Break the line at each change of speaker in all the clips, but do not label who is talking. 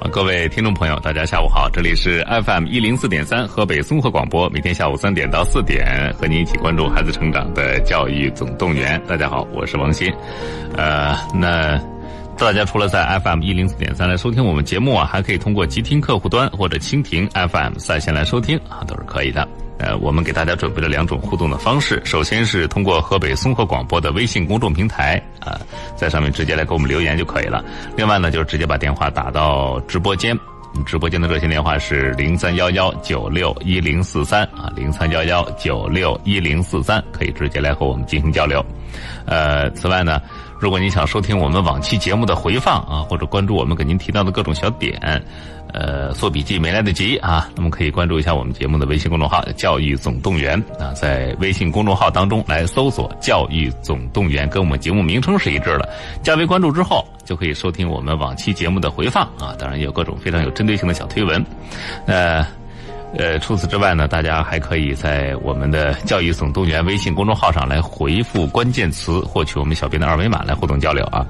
啊各位听众朋友，大家下午好，这里是 FM 一零四点三河北综合广播，每天下午三点到四点，和您一起关注孩子成长的教育总动员。大家好，我是王鑫。呃，那大家除了在 FM 一零四点三来收听我们节目啊，还可以通过极听客户端或者蜻蜓 FM 在线来收听啊，都是可以的。呃，我们给大家准备了两种互动的方式，首先是通过河北综合广播的微信公众平台啊、在上面直接来给我们留言就可以了。另外呢，就是直接把电话打到直播间，嗯直播间的热线电话是零三幺幺九六一零四三啊，零三幺幺九六一零四三，可以直接来和我们进行交流。呃，此外呢，如果您想收听我们往期节目的回放啊，或者关注我们给您提到的各种小点，呃，做笔记没来得及啊，那么可以关注一下我们节目的微信公众号“教育总动员”啊，在微信公众号当中来搜索“教育总动员”，跟我们节目名称是一致的。加为关注之后，就可以收听我们往期节目的回放啊，当然也有各种非常有针对性的小推文，呃。呃，除此之外呢，大家还可以在我们的“教育总动员”微信公众号上来回复关键词，获取我们小编的二维码来互动交流啊。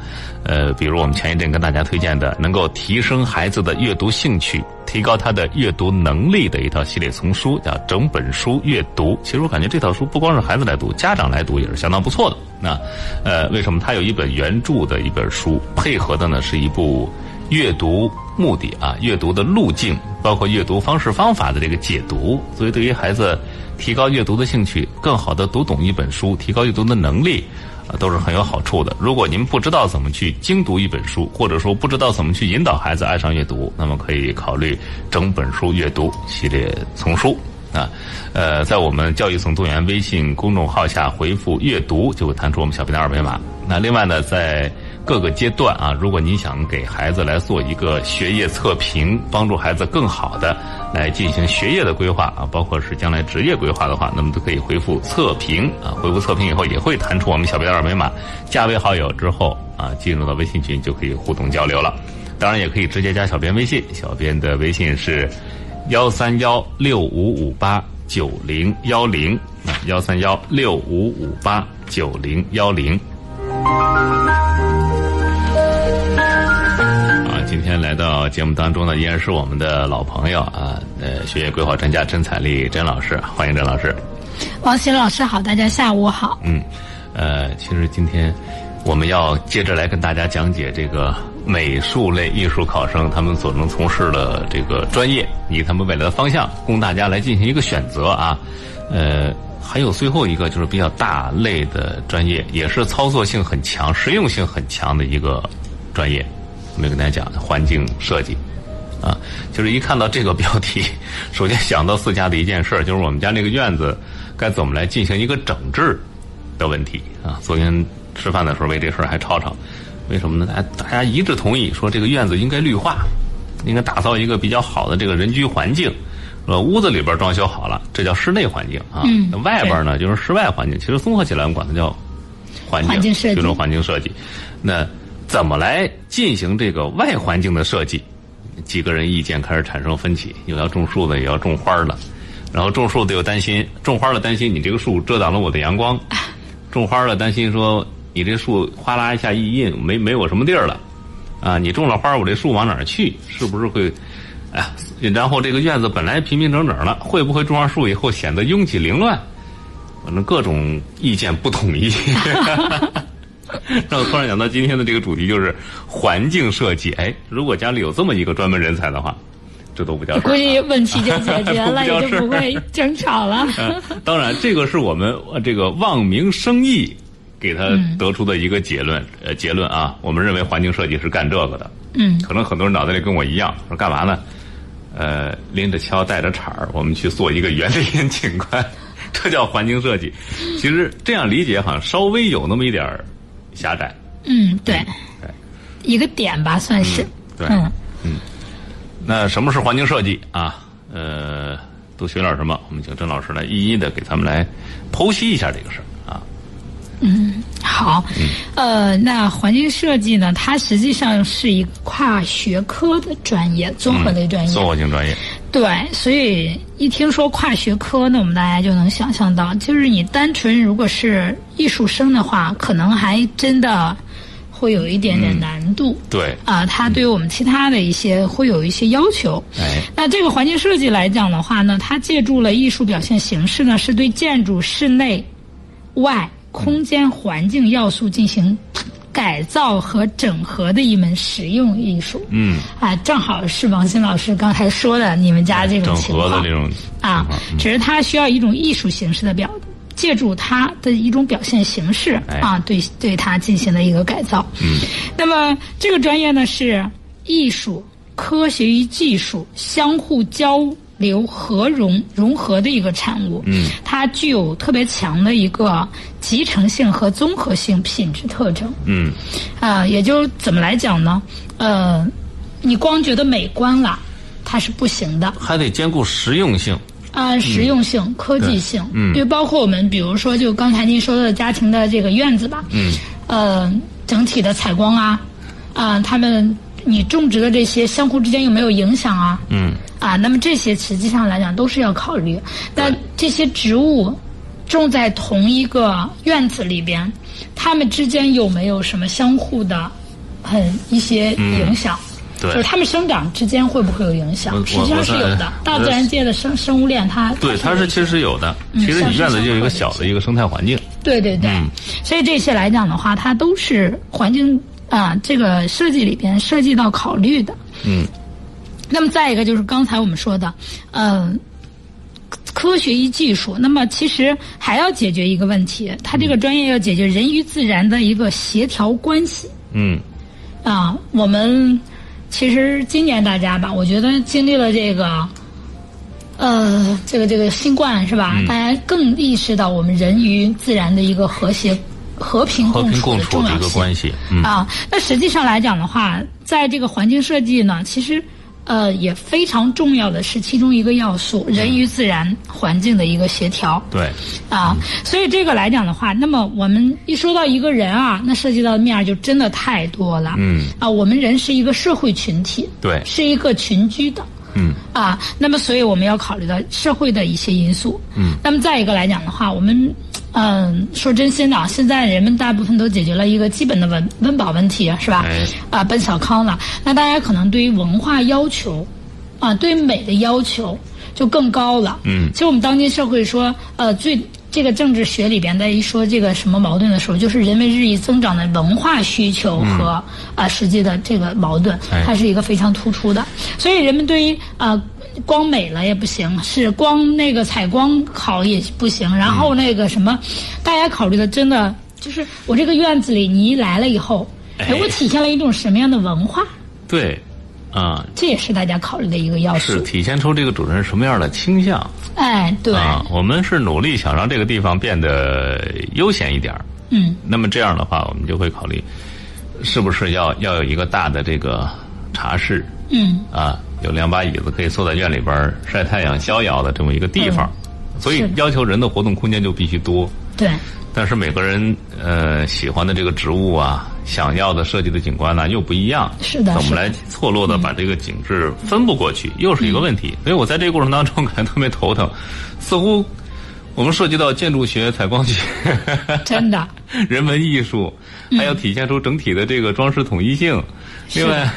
呃，比如我们前一阵跟大家推荐的，能够提升孩子的阅读兴趣、提高他的阅读能力的一套系列丛书，叫《整本书阅读》。其实我感觉这套书不光是孩子来读，家长来读也是相当不错的。那呃，为什么它有一本原著的一本书，配合的呢是一部。阅读目的啊，阅读的路径，包括阅读方式方法的这个解读，所以对于孩子提高阅读的兴趣，更好的读懂一本书，提高阅读的能力，啊，都是很有好处的。如果您不知道怎么去精读一本书，或者说不知道怎么去引导孩子爱上阅读，那么可以考虑整本书阅读系列丛书。啊，呃，在我们教育总动员微信公众号下回复“阅读”，就会弹出我们小编的二维码。那另外呢，在各个阶段啊，如果您想给孩子来做一个学业测评，帮助孩子更好的来进行学业的规划啊，包括是将来职业规划的话，那么都可以回复“测评”啊，回复“测评”以后也会弹出我们小编的二维码，加为好友之后啊，进入到微信群就可以互动交流了。当然也可以直接加小编微信，小编的微信是幺三幺六五五八九零幺零啊，幺三幺六五五八九零幺零。啊，今天来到节目当中呢，依然是我们的老朋友啊，呃，学业规划专家甄彩丽甄老师，欢迎甄老师。
王鑫老师好，大家下午好。
嗯，呃，其实今天我们要接着来跟大家讲解这个美术类艺术考生他们所能从事的这个专业以及他们未来的方向，供大家来进行一个选择啊。呃，还有最后一个就是比较大类的专业，也是操作性很强、实用性很强的一个专业。我们跟大家讲环境设计。啊，就是一看到这个标题，首先想到四家的一件事儿，就是我们家那个院子该怎么来进行一个整治的问题啊。昨天吃饭的时候为这事儿还吵吵，为什么呢？大家大家一致同意说这个院子应该绿化，应该打造一个比较好的这个人居环境。呃，屋子里边装修好了，这叫室内环境啊。
嗯
那外边呢就是室外环境，其实综合起来我们管它叫环境，
环境设计
就是环境设计。那怎么来进行这个外环境的设计？几个人意见开始产生分歧，有要种树的，也要种花儿的。然后种树的又担心，种花儿的担心你这个树遮挡了我的阳 光；种花儿的担心说你这树哗啦一下一印，没没我什么地儿了。啊，你种了花儿，我这树往哪儿去？是不是会？哎，然后这个院子本来平平整整了，会不会种上树以后显得拥挤凌乱？反正各种意见不统一。 让我突然想到今天的这个主题就是环境设计。哎，如果家里有这么一个专门人才的话，这都不叫事儿
估计问题就解决 了，
不叫
也
事儿
就不会争 吵了。
嗯当然，这个是我们呃这个望明生意给他
嗯
得出的一个结论，呃，结论啊，我们认为环境设计是干这个的。
嗯，
可能很多人脑袋里跟我一样，说干嘛呢？呃，拎着锹带着铲儿，我们去做一个园林景观， 这叫环境设计。其实这样理解好像稍微有那么一点儿狭窄。
嗯，对，
对
一个点吧，算是。
对，
嗯，
那什么是环境设计啊？呃，都学点什么？我们请郑老师来一一的给咱们来剖析一下这个事儿啊。
好。
嗯
呃，那环境设计呢，它实际上是一个跨学科的专业，综合类专业。
综合嗯性专业，
对，所以一听说跨学科，那我们大家就能想象到，就是你单纯如果是艺术生的话，可能还真的会有一点点难度。
嗯对，
啊、它对于我们其他的一些会有一些要求。
哎，
那这个环境设计来讲的话呢，它借助了艺术表现形式呢，是对建筑室内外空间环境要素进行改造和整合的一门实用艺术。
嗯，
啊，正好是王鑫老师刚才说的你们家这
哎
种
整
情
合的
况
这种
啊，只是它需要一种艺术形式的表，借助它的一种表现形式
哎
啊，对对它进行了一个改造。嗯，那么这个专业呢是艺术、科学与技术相互交。流合融融合的一个产物，嗯，它具有特别强的一个集成性和综合性品质特征，
嗯，
啊，也就是怎么来讲呢？呃，你光觉得美观了，它是不行的。
还得兼顾实用性。
啊，实用性、科技性，
嗯
因为包括我们，比如说就刚才您说的家庭的这个院子吧，嗯，呃，整体的采光啊，啊、他们你种植的这些相互之间有没有影响啊？
嗯，
啊，那么这些实际上来讲都是要考虑。那这些植物种在同一个院子里边，它们之间有没有什么相互的很一些影响？
嗯对
就是它们生长之间会不会有影响
我？
实际上是
我
有
我
的。大自然界的生生物链它，
对，它是其实有的。
嗯
其实你院子就有一个
像
小的一个生态环境。
对对对，
嗯
所以这些来讲的话，它都是环境啊、这个设计里边涉及到考虑的。
嗯，
那么再一个就是刚才我们说的，嗯、科学与技术。那么其实还要解决一个问题，它
嗯
这个专业要解决人与自然的一个协调关系。
嗯，
啊，我们其实今年大家吧，我觉得经历了这个，呃，这个这个新冠是
嗯
吧？大家更意识到我们人与自然的一个和谐、和平
和
共
平
处
共
的
处
重
的一
要
个
性。
关系。嗯，
啊，那实际上来讲的话，在这个环境设计呢，其实呃也非常重要的是其中一个要素，人与自然环境的一个协调。
对，
啊，所以这个来讲的话，那么我们一说到一个人啊，那涉及到的面儿就真的太多了。
嗯，
啊，我们人是一个社会群体，
对
是一个群居的。
嗯，
啊，那么所以我们要考虑到社会的一些因素。嗯，那么再一个来讲的话，我们嗯说真心的啊，现在人们大部分都解决了一个基本的温温饱问题，是吧？
哎
啊，奔小康了，那大家可能对于文化要求，啊，对美的要求就更高了。
嗯
其实我们当今社会说，呃，最这个政治学里边在一说这个什么矛盾的时候，就是人为日益增长的文化需求和啊、实际的这个矛盾
嗯哎，
它是一个非常突出的。所以人们对于啊。呃光美了也不行，是光那个采光好也不行，然
嗯
后那个什么，大家考虑的真的就是我这个院子里你一来了以后，
哎
哎，我体现了一种什么样的文化，
对，啊，
这也是大家考虑的一个要
是
素。
体现出这个主人什么样的倾向
哎，对，
啊？我们是努力想让这个地方变得悠闲一点儿。
嗯，
那么这样的话，我们就会考虑，是不是要要有一个大的这个茶室
嗯，
啊，有两把椅子可以坐在院里边儿晒太阳、逍遥的这么一个地方。所以
嗯是
要求人的活动空间就必须多。
对，
但是每个人呃喜欢的这个植物啊，想要的设计的景观啊呢、又不一样。
是的
怎
是
么
的嗯
来错落的把这个景致分布过去，又是一个问题。所以我在这个过程当中感觉特别头疼，似乎我们涉及到建筑学、采光学，
真的，
人文艺术，
嗯
还要体现出整体的这个装饰统一性。另外，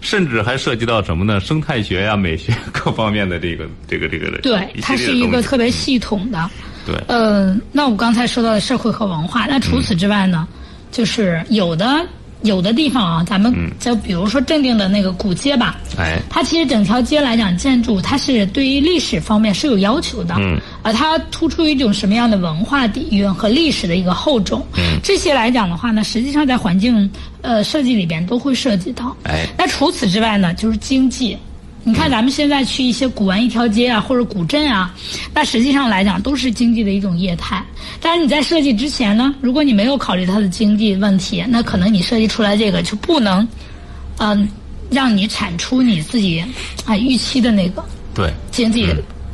甚至还涉及到什么呢？生态学呀、美学 各方面的这个这个这个的。
对，它是一个特别系统的。
对，
嗯，那我刚才说到的社会和文化，那除此之外呢，就是有的有的地方啊，咱们就比如说正定的那个古街吧，
嗯哎，
它其实整条街来讲，建筑它是对于历史方面是有要求的，
嗯，
而它突出一种什么样的文化底蕴和历史的一个厚重，嗯，这些来讲的话呢，实际上在环境呃设计里边都会涉及到，
哎
那除此之外呢，就是经济。你看，咱们现在去一些古玩一条街啊，或者古镇啊，那实际上来讲都是经济的一种业态。但是你在设计之前呢，如果你没有考虑它的经济问题，那可能你设计出来这个就不能嗯，让你产出你自己啊预期的那个
对，
经济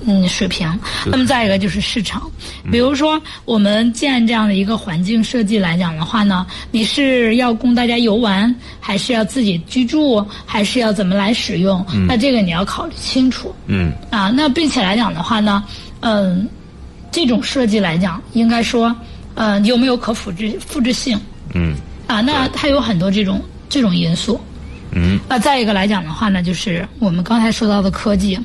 嗯水平。那么再一个就是嗯市场，比如说我们建这样的一个环境设计来讲的话呢，你是要供大家游玩，还是要自己居住，还是要怎么来使用？那这个你要考虑清楚
嗯，
啊。那并且来讲的话呢，嗯，呃这种设计来讲，应该说，嗯，有没有可复制复制性？
嗯，
啊，那它有很多这种这种因素。
嗯，
那再一个来讲的话呢，就是我们刚才说到的科技，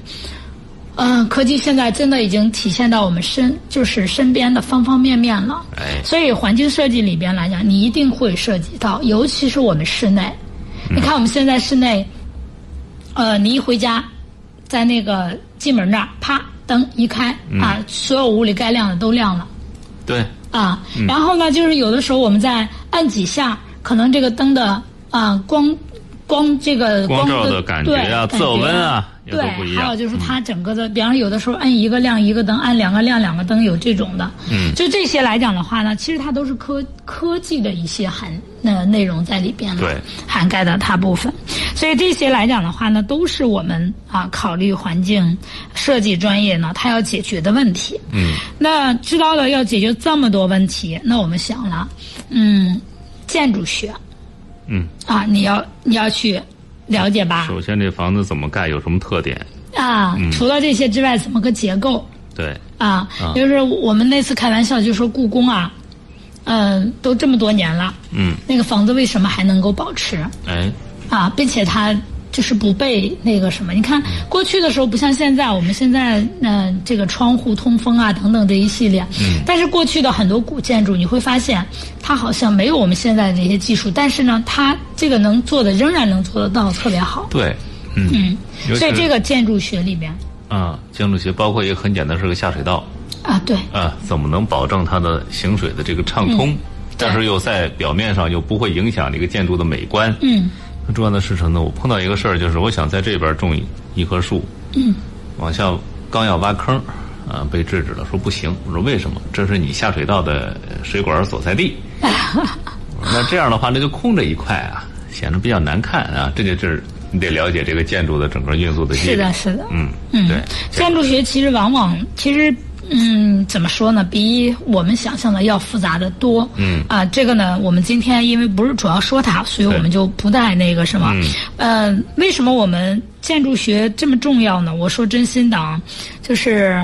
嗯、科技现在真的已经体现到我们身就是身边的方方面面了。
哎，
所以环境设计里边来讲，你一定会涉及到，尤其是我们室内。你看我们现在室内，呃，你一回家，在那个进门那儿，啪，灯一开啊，所有屋里该亮的都亮了。
对，
啊，
嗯
然后呢，就是有的时候我们在按几下，可能这个灯的啊、光光这个
光照
的
的感觉啊
对
自我温啊也
感
都
觉
不一
对，
样
还有就是它整个的，比方说有的时候按一个亮一个灯，按两个亮两个灯，有这种的。
嗯，
就这些来讲的话呢，其实它都是科科技的一些含那内容在里边了，
对，
涵盖的它部分。所以这些来讲的话呢，都是我们啊考虑环境设计专业呢，它要解决的问题。
嗯，
那知道了要解决这么多问题，那我们想了，嗯，建筑学
嗯，
啊，你要你要去了解吧？
首先这房子怎么盖，有什么特点？
啊，
嗯
除了这些之外，怎么个结构
对，
啊
啊？
就是我们那次开玩笑就说故宫啊，嗯、都这么多年了，
嗯，
那个房子为什么还能够保持
哎，
啊？并且它。就是不被那个什么，你看
嗯
过去的时候不像现在，我们现在嗯、呃这个窗户通风啊等等这一系列，
嗯
但是过去的很多古建筑，你会发现它好像没有我们现在这些技术，但是呢，它这个能做的仍然能做得到特别好，
对，嗯
嗯，
尤其
所以
是
这个建筑学里边
啊，建筑学包括一个很简单，是个下水道
啊，对，
啊，怎么能保证它的行水的这个畅通？但是又在表面上又不会影响这个建筑的美观。
嗯，
更重要的是什么呢？我碰到一个事儿，就是我想在这边种一一棵树，嗯，往下刚要挖坑，啊，被制止了，说不行。我说为什么？这是你下水道的呃水管所在地。我说那这样的话，那就空着一块啊，显得比较难看啊。这就是你得了解这个建筑的整个运作的机理。
是的，是的，
嗯嗯，对，
建筑学其实往往其实。嗯，怎么说呢？比我们想象的要复杂的多。
嗯
啊、这个呢，我们今天因为不是主要说它，所以我们就不带那个什么。嗯、呃，为什么我们建筑学这么重要呢？我说真心的啊，就是，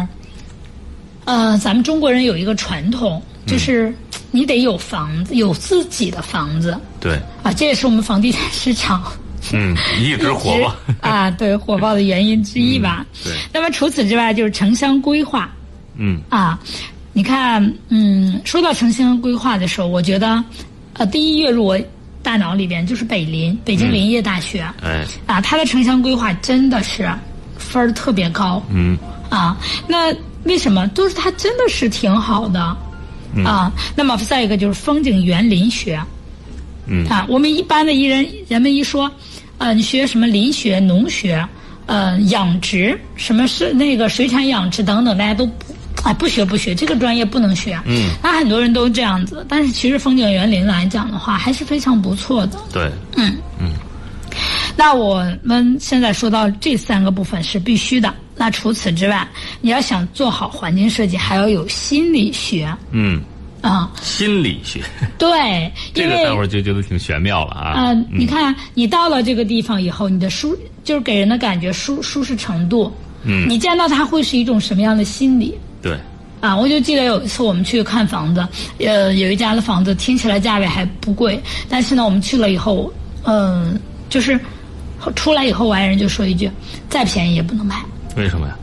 呃，咱们中国人有一个传统，
嗯
就是你得有房子，有自己的房子
对，
啊，这也是我们房地产市场
嗯，一直火吧。
啊，对火爆的原因之一吧。
对
那么除此之外，就是城乡规划
嗯
啊。你看，嗯，说到城乡规划的时候，我觉得，呃，第一跃入我大脑里边就是北林，北
嗯
京林业大学、
哎
啊，它的城乡规划真的是分儿特别高。
嗯
啊，那为什么？就是它真的是挺好的、啊。那么再一个就是风景园林学，
嗯
啊，我们一般的一人人们一说，呃，你学什么林学、农学，呃，养殖，什么是那个水产养殖等等，大家都不。啊，不学不学，这个专业不能学。啊
嗯，
那很多人都这样子，但是其实风景园林来讲的话，还是非常不错的。
对，
那我们现在说到这三个部分是必须的。那除此之外，你要想做好环境设计，还要有心理学
嗯，
啊、
心理学
对，
这
因
个
为
待会儿就觉得挺玄妙了啊。
呃，你看你到了这个地方以后，你的舒就是给人的感觉舒舒适程度，
嗯
你见到它会是一种什么样的心理？
对，
啊，我就记得有一次我们去看房子，呃，有一家的房子听起来价位还不贵，但是呢，我们去了以后，嗯、就是出来以后，我爱人就说一句：“再便宜也不能买。
为什么呀？”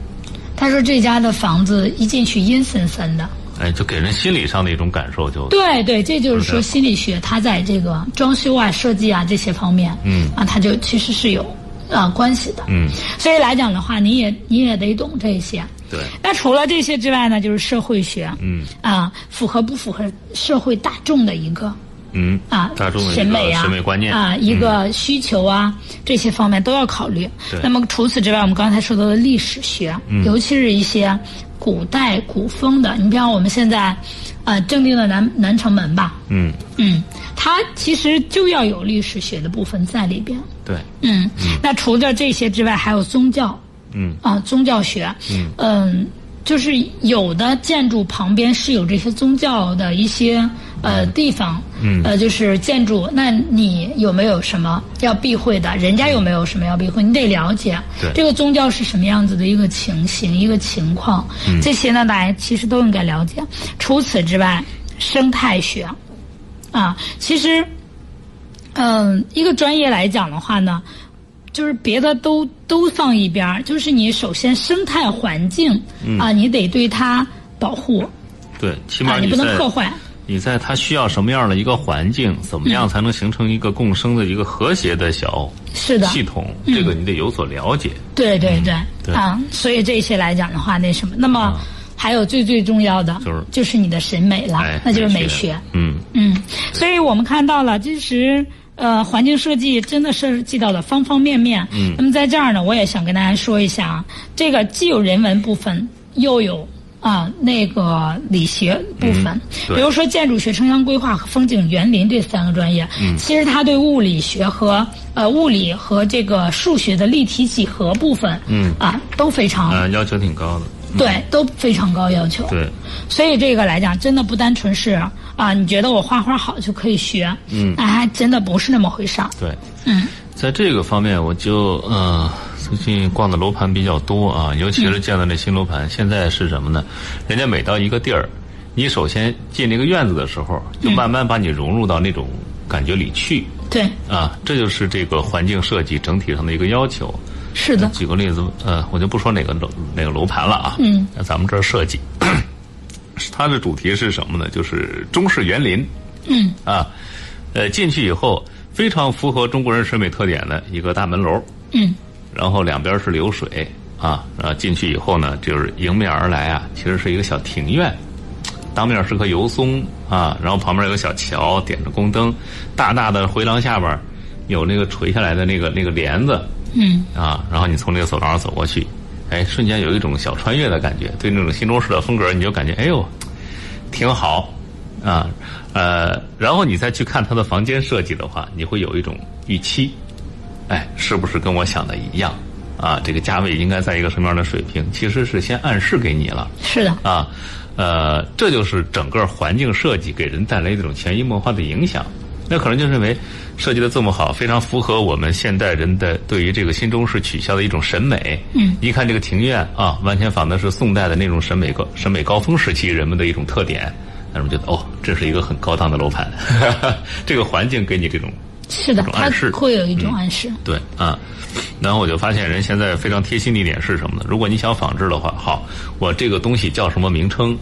他说这家的房子一进去阴森森的。
哎，就给人心理上的一种感受就，
对对，这就是
是的
说心理学，它在这个装修啊、设计啊这些方面，
嗯
啊，它就其实是有啊、关系的。
嗯，
所以来讲的话，你也你也得懂这些。
对，
那除了这些之外呢，就是社会学，
嗯
啊，符合不符合社会大众的一个
嗯
啊
大众的一个
审美啊
审美观念
啊一个需求啊、这些方面都要考虑
对。嗯
那么除此之外，我们刚才说到的历史学，尤其是一些古代古风的，你比方我们现在呃正定的南南城门吧，
嗯，
嗯，它其实就要有历史学的部分在里边。
对，
嗯，那除了这些之外，还有宗教，
嗯
啊，宗教学，嗯就是有的建筑旁边是有这些宗教的一些呃地方，嗯，呃，就是建筑，那你有没有什么要避讳的？人家有没有什么要避讳？你得了解
对
这个宗教是什么样子的一个情形、一个情况，这些呢，大家其实都应该了解。除此之外，生态学，啊，其实嗯，一个专业来讲的话呢，就是别的都都放一边儿，就是你首先生态环境啊、
嗯
你得对它保护
对，起
啊，
码
你不能
在
破坏。
你在它需要什么样的一个环境，怎么
嗯
样才能形成一个共生的一个和谐的小
是的嗯
系统？这个你得有所了解。
对对对，
嗯对啊
啊，所以这些来讲的话，那什么，那么、还有最最重要的
就是
你的审美了，
哎，
那就是
美
美学。
嗯，
嗯，所以我们看到了，其实呃，环境设计真的涉及到了方方面面。嗯，那么在这儿呢，我也想跟大家说一下啊，这个既有人文部分，又有。啊，那个理学部分，
嗯对
比如说建筑学、城乡规划和风景园林这三个专业，
嗯
其实它对物理学和呃物理和这个数学的立体几何部分，嗯啊都非常、
呃，要求挺高的。
对，都非常高要求。
对，
所以这个来讲，真的不单纯是啊，你觉得我画画好就可以学，嗯，哎，还真的不是那么回事儿。
对，嗯，在这个方面，我就呃，最近逛的楼盘比较多啊，尤其是见到那新楼盘，现在是什么呢？人家每到一个地儿，你首先进这个院子的时候，就慢慢把你融入到那种感觉里去。
对，
啊，这就是这个环境设计整体上的一个要求。
是的，
举个例子，呃，我就不说哪个楼哪个楼盘了啊。嗯，咱们这儿设计， 它的主题是什么呢？就是中式园林。嗯啊，呃，进去以后非常符合中国人审美特点的一个大门楼。
嗯，
然后两边是流水啊，然后进去以后呢，就是迎面而来啊，其实是一个小庭院。当面是棵油松啊，然后旁边有个小桥，点着宫灯，大大的回廊下边儿有那个垂下来的那个那个帘子，
嗯，
啊，然后你从那个走廊上走过去，哎，瞬间有一种小穿越的感觉，对那种新中式的风格，你就感觉哎呦，挺好啊，呃，然后你再去看他的房间设计的话，你会有一种预期，哎，是不是跟我想的一样啊？这个价位应该在一个什么样的水平？其实是先暗示给你了。
嗯是的，
啊，呃，这就是整个环境设计给人带来这种潜移默化的影响。那可能就认为设计的这么好，非常符合我们现代人的对于这个新中式取向的一种审美。嗯，一看这个庭院啊，完全仿的是宋代的那种审美高审美高峰时期人们的一种特点。那我们觉得哦，这是一个很高档的楼盘， 这个环境给你这种
是的
这，种
它
暗示嗯
会有一种暗示。
对啊，然后我就发现人现在非常贴心的一点是什么呢？如果你想仿制的话，好，我这个东西叫什么名称，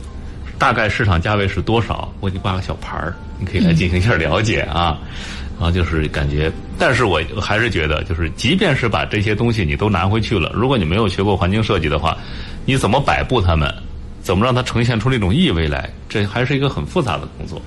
大概市场价位是多少，我给你挂个小牌儿，你可以来进行一下了解啊。然后就是感觉，但是我还是觉得，就是即便是把这些东西你都拿回去了，如果你没有学过环境设计的话，你怎么摆布它们，怎么让它呈现出那种意味来，这还是一个很复杂的工作，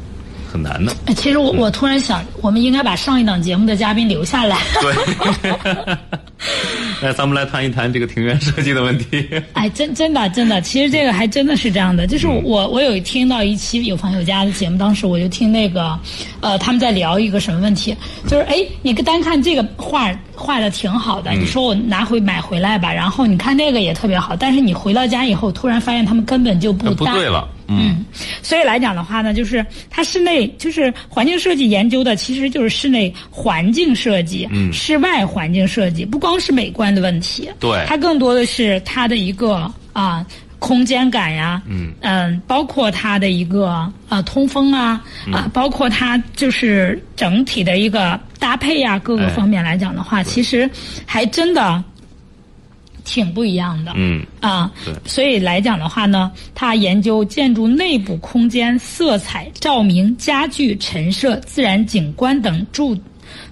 很难的。
哎其实我我突然想，我们应该把上一档节目的嘉宾留下来。
对， 来，咱们来谈一谈这个庭院设计的问题。
哎，真真的真的，其实这个还真的是这样的，就是
嗯
我我有听到一期有房有家的节目，当时我就听那个，呃，他们在聊一个什么问题，就是哎，你单看这个画画的挺好
嗯
的，你说我拿回买回来吧，然后你看那个也特别好，但是你回到家以后，突然发现他们根本就不
呃不
搭
对了，嗯，
嗯，所以来讲的话呢，就是它室内就是环境设计研究的，其实就是室内环境设计、嗯、室外环境设计，不光是美观的问题，
对
它更多的是它的一个啊、空间感呀，嗯包括它的一个啊、通风啊啊、包括它就是整体的一个搭配呀、各个
哎
方面来讲的话，其实还真的挺不一样的，
嗯，
啊
对，
所以来讲的话呢，它研究建筑内部空间、色彩、照明、家具、陈设、自然景观等主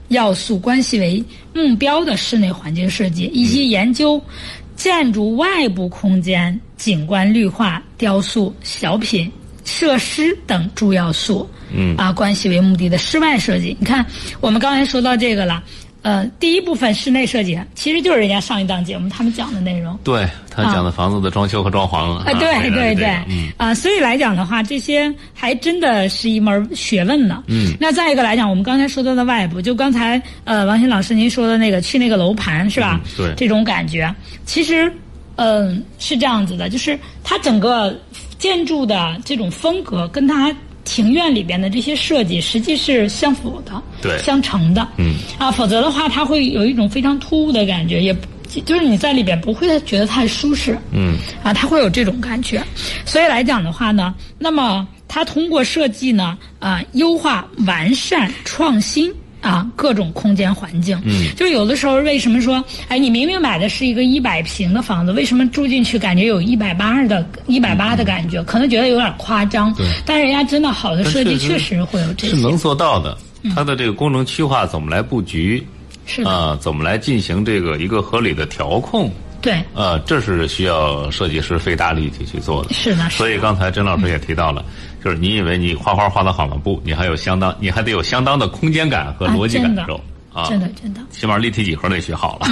要素关系为目标的室内环境设计，以及研究建筑外部空间、景观绿化、雕塑、小品、设施等主要素，嗯啊关系为目的的室外设计。你看，我们刚才说到这个了。呃，第一部分室内设计其实就是人家上一档节目他们讲的内容，
对他讲的房子的装修和装潢啊
啊，对对对，啊、
嗯，
所以来讲的话，这些还真的是一门学问呢。嗯，那再一个来讲，我们刚才说到的外部，就刚才呃，王鑫老师您说的那个去那个楼盘是吧？
嗯对
这种感觉，其实嗯、是这样子的，就是它整个建筑的这种风格跟它。庭院里边的这些设计，实际是相符的，
对
相成的，
嗯，
啊，否则的话，它会有一种非常突兀的感觉，也就是你在里边不会觉得太舒适，
嗯，
啊，它会有这种感觉。所以来讲的话呢，那么它通过设计呢，啊、优化、完善、创新，啊，各种空间环境。嗯，就有的时候为什么说，哎，你明明买的是一个一百平的房子，为什么住进去感觉有一百八的、一百八的感觉？可能觉得有点夸张，
对
但人家真的好的设计
但确实
确实会有这
是
些，
能做到的。它的这个功能区划怎么来布局？
嗯是的，
啊，怎么来进行这个一个合理的调控？
对，
呃，这是需要设计师费大力气去做的。
是的，是
所
的，
以刚才甄老师也提到了，就是你以为你画画画的好吗？不，你还有相当，你还得有相当的空间感和
啊
逻辑感
真的
受啊。
真的，真的。
起码立体几何得学好了。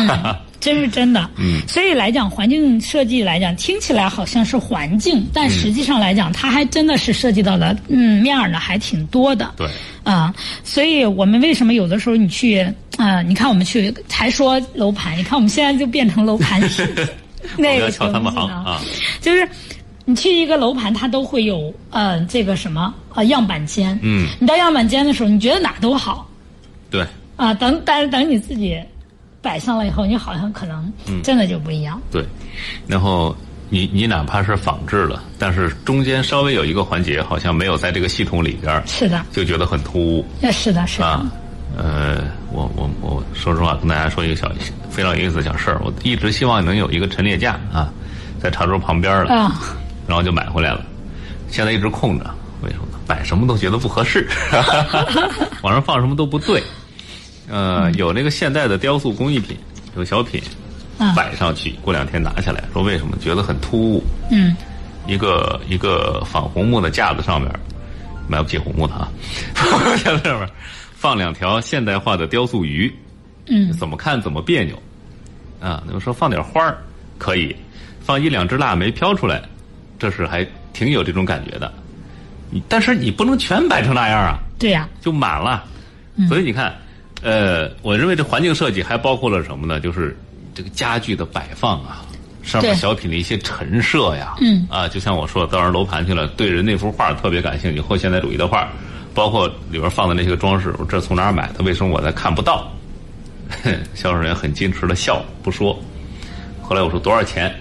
这是真的，嗯，所以来讲，环境设计来讲，听起来好像是环境，但
嗯
实际上来讲，它还真的是涉及到的，嗯，面儿呢还挺多的，
对，
啊、所以我们为什么有的时候你去，啊、你看我们去还说楼盘，你看我们现在就变成楼 盘那
我们要
个
敲他们
东
行
西了
啊，
就是你去一个楼盘，它都会有呃这个什么呃样板间，
嗯，
你到样板间的时候，你觉得哪儿都好，
对，
啊，等但是等你自己摆上了以后，你好像可能
嗯
真的就不一样。
对，然后你你哪怕是仿制了，但是中间稍微有一个环节好像没有在这个系统里边儿，
是的，
就觉得很突兀
呃是的，是的，
啊。呃，我我我说实话，跟大家说一个小非常有意思的小事儿，我一直希望能有一个陈列架啊，在茶桌旁边儿了，
啊，
然后就买回来了，现在一直空着，为什么呢？摆什么都觉得不合适， 往上放什么都不对。呃，有那个现代的雕塑工艺品，有小品，
嗯
摆上去，过两天拿下来，说为什么觉得很突兀？
嗯，
一个一个仿红木的架子上面，买不起红木的啊， 架子上面放两条现代化的雕塑鱼，
嗯，
怎么看怎么别扭，啊，那么说放点花儿可以，放一两支腊梅飘出来，这是还挺有这种感觉的，你但是你不能全摆成那样啊，
对呀、
就满了。所以你看，呃，我认为这环境设计还包括了什么呢？就是这个家具的摆放啊，上面
对
小品的一些陈设呀，
嗯
啊，就像我说，到人楼盘去了，对人那幅画特别感兴趣，后现代主义的画，包括里边放的那些个装饰，我这从哪儿买的？为什么我在看不到？ 销售人员很矜持的笑，不说。后来我说多少钱？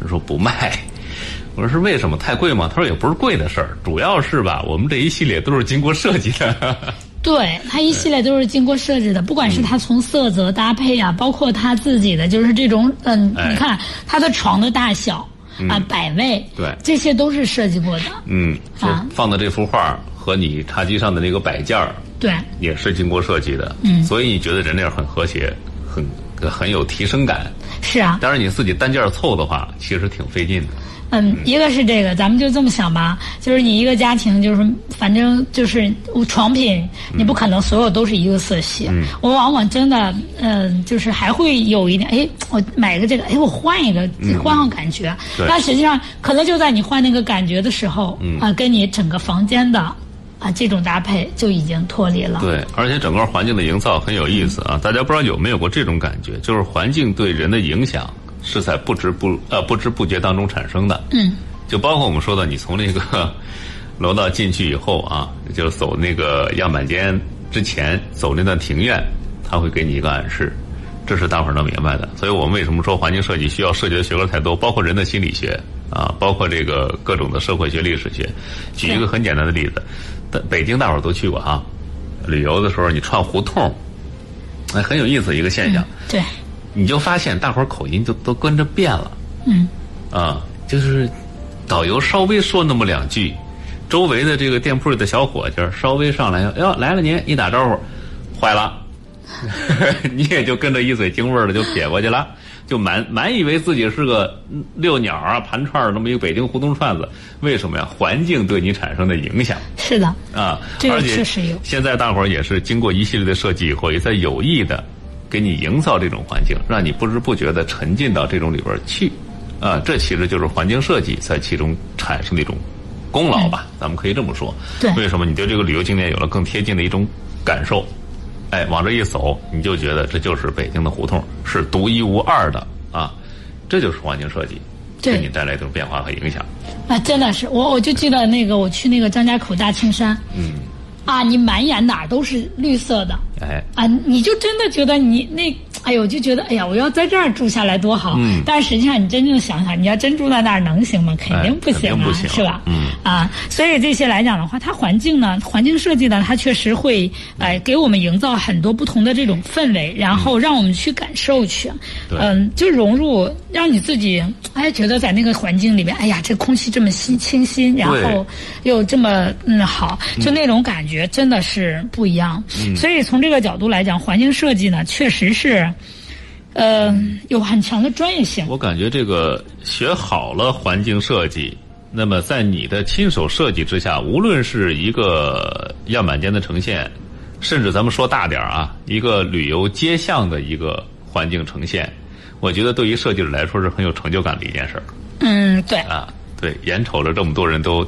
他说不卖。我说是为什么太贵吗？他说也不是贵的事儿，主要是吧，我们这一系列都是经过设计的。
对它一系列都是经过设计的，不
嗯
管是它从色泽搭配啊，包括它自己的就是这种，嗯、
哎嗯
你看它的床的大小。啊，摆位，
对
这些都是设计过的，
嗯，就
啊
放的这幅画和你茶几上的那个摆件儿
对，
也是经过设计的，嗯，所以你觉得人那样很和谐，很很有提升感。
是啊，
当然，你自己单件儿凑的话，其实挺费劲的。
嗯，一个是这个，咱们就这么想吧，就是你一个家庭，就是反正就是床品，你不可能所有都是一个色系。
嗯
我往往真的，嗯、就是还会有一点，哎，我买一个这个，哎，我换一个，换换感觉。
嗯对嗯
但实际上，可能就在你换那个感觉的时候，啊，跟你整个房间的啊这种搭配就已经脱离了。嗯
对，而且整个环境的营造很有意思啊！大家不知道有没有过这种感觉，就是环境对人的影响是在不知不呃不知不觉当中产生的。
嗯，
就包括我们说的，你从那个 楼道进去以后啊，就是走那个样板间之前走那段庭院，它会给你一个暗示，这是大伙儿能明白的。所以我们为什么说环境设计需要涉及的学科太多，包括人的心理学啊，包括这个各种的社会学、历史学。举一个很简单的例子，但北京大伙儿都去过哈、旅游的时候你串胡同，哎，很有意思一个现象，
嗯对，
你就发现大伙儿口音就都跟着变了。
嗯，
啊，就是导游稍微说那么两句，周围的这个店铺里的小伙计儿稍微上来，哟来了您一打招呼，坏了， 你也就跟着一嘴京味儿的就撇过去了，就满满以为自己是个嗯遛鸟啊、盘串儿那么一个北京胡同串子，为什么呀？环境对你产生的影响。
是的，
啊，
这个
而且
确实有
现在大伙儿也是经过一系列的设计以后，也在有意的给你营造这种环境，让你不知不觉的沉浸到这种里边儿去。啊，这其实就是环境设计在其中产生的一种功劳吧，咱们可以这么说。
对
为什么你对这个旅游景点有了更贴近的一种感受？哎，往这一走，你就觉得这就是北京的胡同，是独一无二的啊，这就是环境设计
对
给你带来一种变化和影响。
啊，真的是我，我就记得那个我去那个张家口大青山，嗯，啊，你满眼哪儿都是绿色的，
哎，
啊，你就真的觉得你那哎呦，我就觉得，哎呀，我要在这儿住下来多好。
嗯
但是实际上，你真正想想，你要真住在那儿能行吗？肯定不
哎肯
行啊，
定不行
是吧？
嗯。
啊，所以这些来讲的话，它环境呢，环境设计呢，它确实会哎给我们营造很多不同的这种氛围，然后让我们去感受去，
对
嗯，就融入，让你自己哎觉得在那个环境里面，哎呀，这空气这么新清新，然后又这么嗯好，就那种感觉真的是不一样。
嗯
所以从这个角度来讲，环境设计呢，确实是。呃，有很强的专业性。
我感觉这个学好了环境设计，那么在你的亲手设计之下，无论是一个样板间的呈现，甚至咱们说大点儿啊，一个旅游街巷的一个环境呈现，我觉得对于设计者来说是很有成就感的一件事儿
嗯，对，
啊。对，眼瞅着这么多人都。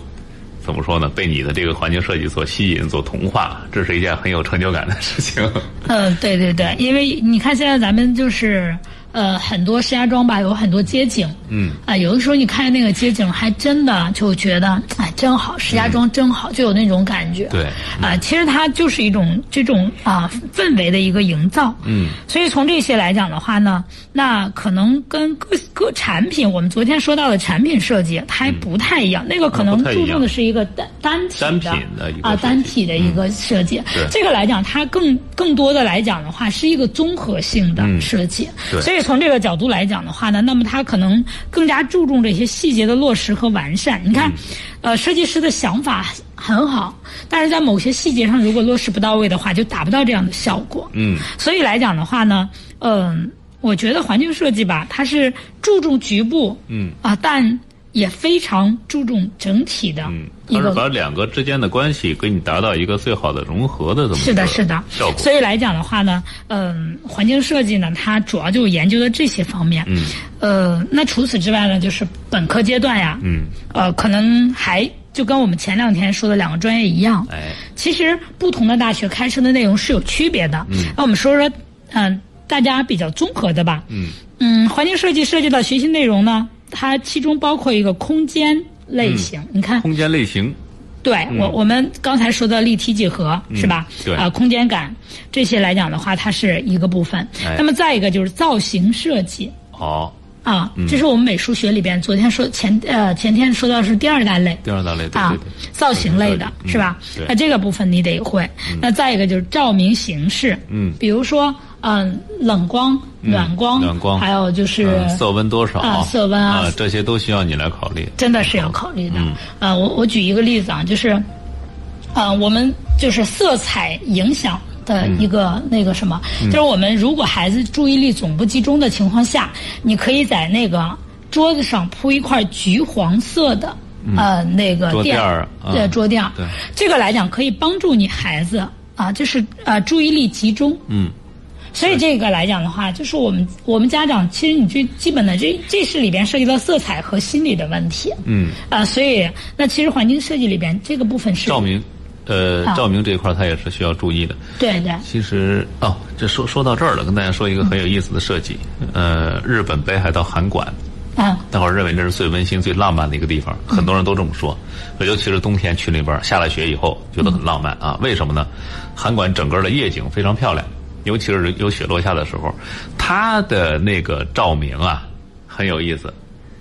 怎么说呢？被你的这个环境设计所吸引、所同化，这是一件很有成就感的事情。
嗯，对对对，因为你看现在咱们就是呃很多石家庄吧，有很多街景，
嗯，
啊、有的时候你看那个街景，还真的就觉得哎真好，石家庄真好，就有那种感觉。
嗯对
啊、其实它就是一种这种啊、氛围的一个营造。
嗯，
所以从这些来讲的话呢，那可能跟各各产品，我们昨天说到的产品设计，它还不太一样，那个可能
嗯不太一
注
样
重的是一个单单体
单
的
品的一个设计
啊
嗯
单体的一个设计。
对
这个来讲，它更更多的来讲的话，是一个综合性的
嗯
设计。
对
所以从这个角度来讲的话呢，那么它可能更加注重这些细节的落实和完善。你
嗯
看，呃，设计师的想法很好，但是在某些细节上如果落实不到位的话，就达不到这样的效果。
嗯，
所以来讲的话呢，嗯、我觉得环境设计吧，它是注重局部，
嗯
啊，但也非常注重整体的
嗯，
一
它
个
是把两个之间的关系给你达到一个最好的融合的这么一
是的，
个
是的。
嗯效果。
所以来讲的话呢，嗯、环境设计呢，它主要就研究的这些方面。
嗯。
呃，那除此之外呢，就是本科阶段呀。
嗯。
呃，可能还就跟我们前两天说的两个专业一样。
哎，
其实不同的大学开设的内容是有区别的。嗯。那我们说说，嗯、大家比较综合的吧。
嗯
嗯，环境设计涉及到学习内容呢，它其中包括一个空间类型。
嗯
你看，
空间类型，
对、我我们刚才说的立体几何、是吧？
嗯对
啊、空间感这些来讲的话，它是一个部分。
哎
那么再一个就是造型设计
好，
啊，
嗯
这是我们美术学里边昨天说前呃前天说到是第二大类。
第二大类，对
啊
对对，，
造型类的
嗯
是吧？
对
那这个部分你得会。那再一个就是照明形式，
嗯
比如说嗯，冷光、暖光，
暖光
还有就是
嗯色温多少
啊色温啊
啊，这些都需要你来考虑。
真的是要考虑
嗯
的。呃，我我举一个例子啊，就是，呃，我们就是色彩影响。的
嗯
一个那个什么，就是我们如果孩子注意力总不集中的情况下，你可以在那个桌子上铺一块橘黄色的、呃那个
嗯桌
垫
垫儿啊
呃桌垫儿
对
这个来讲可以帮助你孩子啊，就是呃注意力集中，
嗯，
所以这个来讲的话，就是我们我们家长，其实你最基本的这这是里边涉及到色彩和心理的问题。
嗯，
啊、所以那其实环境设计里边这个部分是
照明，呃
啊，
照明这一块儿它也是需要注意的。
对对，
其实哦，这说说到这儿了，跟大家说一个很有意思的设计，
嗯
呃，日本北海道函馆，
啊、
大伙儿认为这是最温馨、最浪漫的一个地方，很多人都这么说。尤其是冬天去那边儿，下了雪以后，觉得很浪漫啊。为什么呢？函馆整个的夜景非常漂亮，尤其是有雪落下的时候，它的那个照明啊很有意思，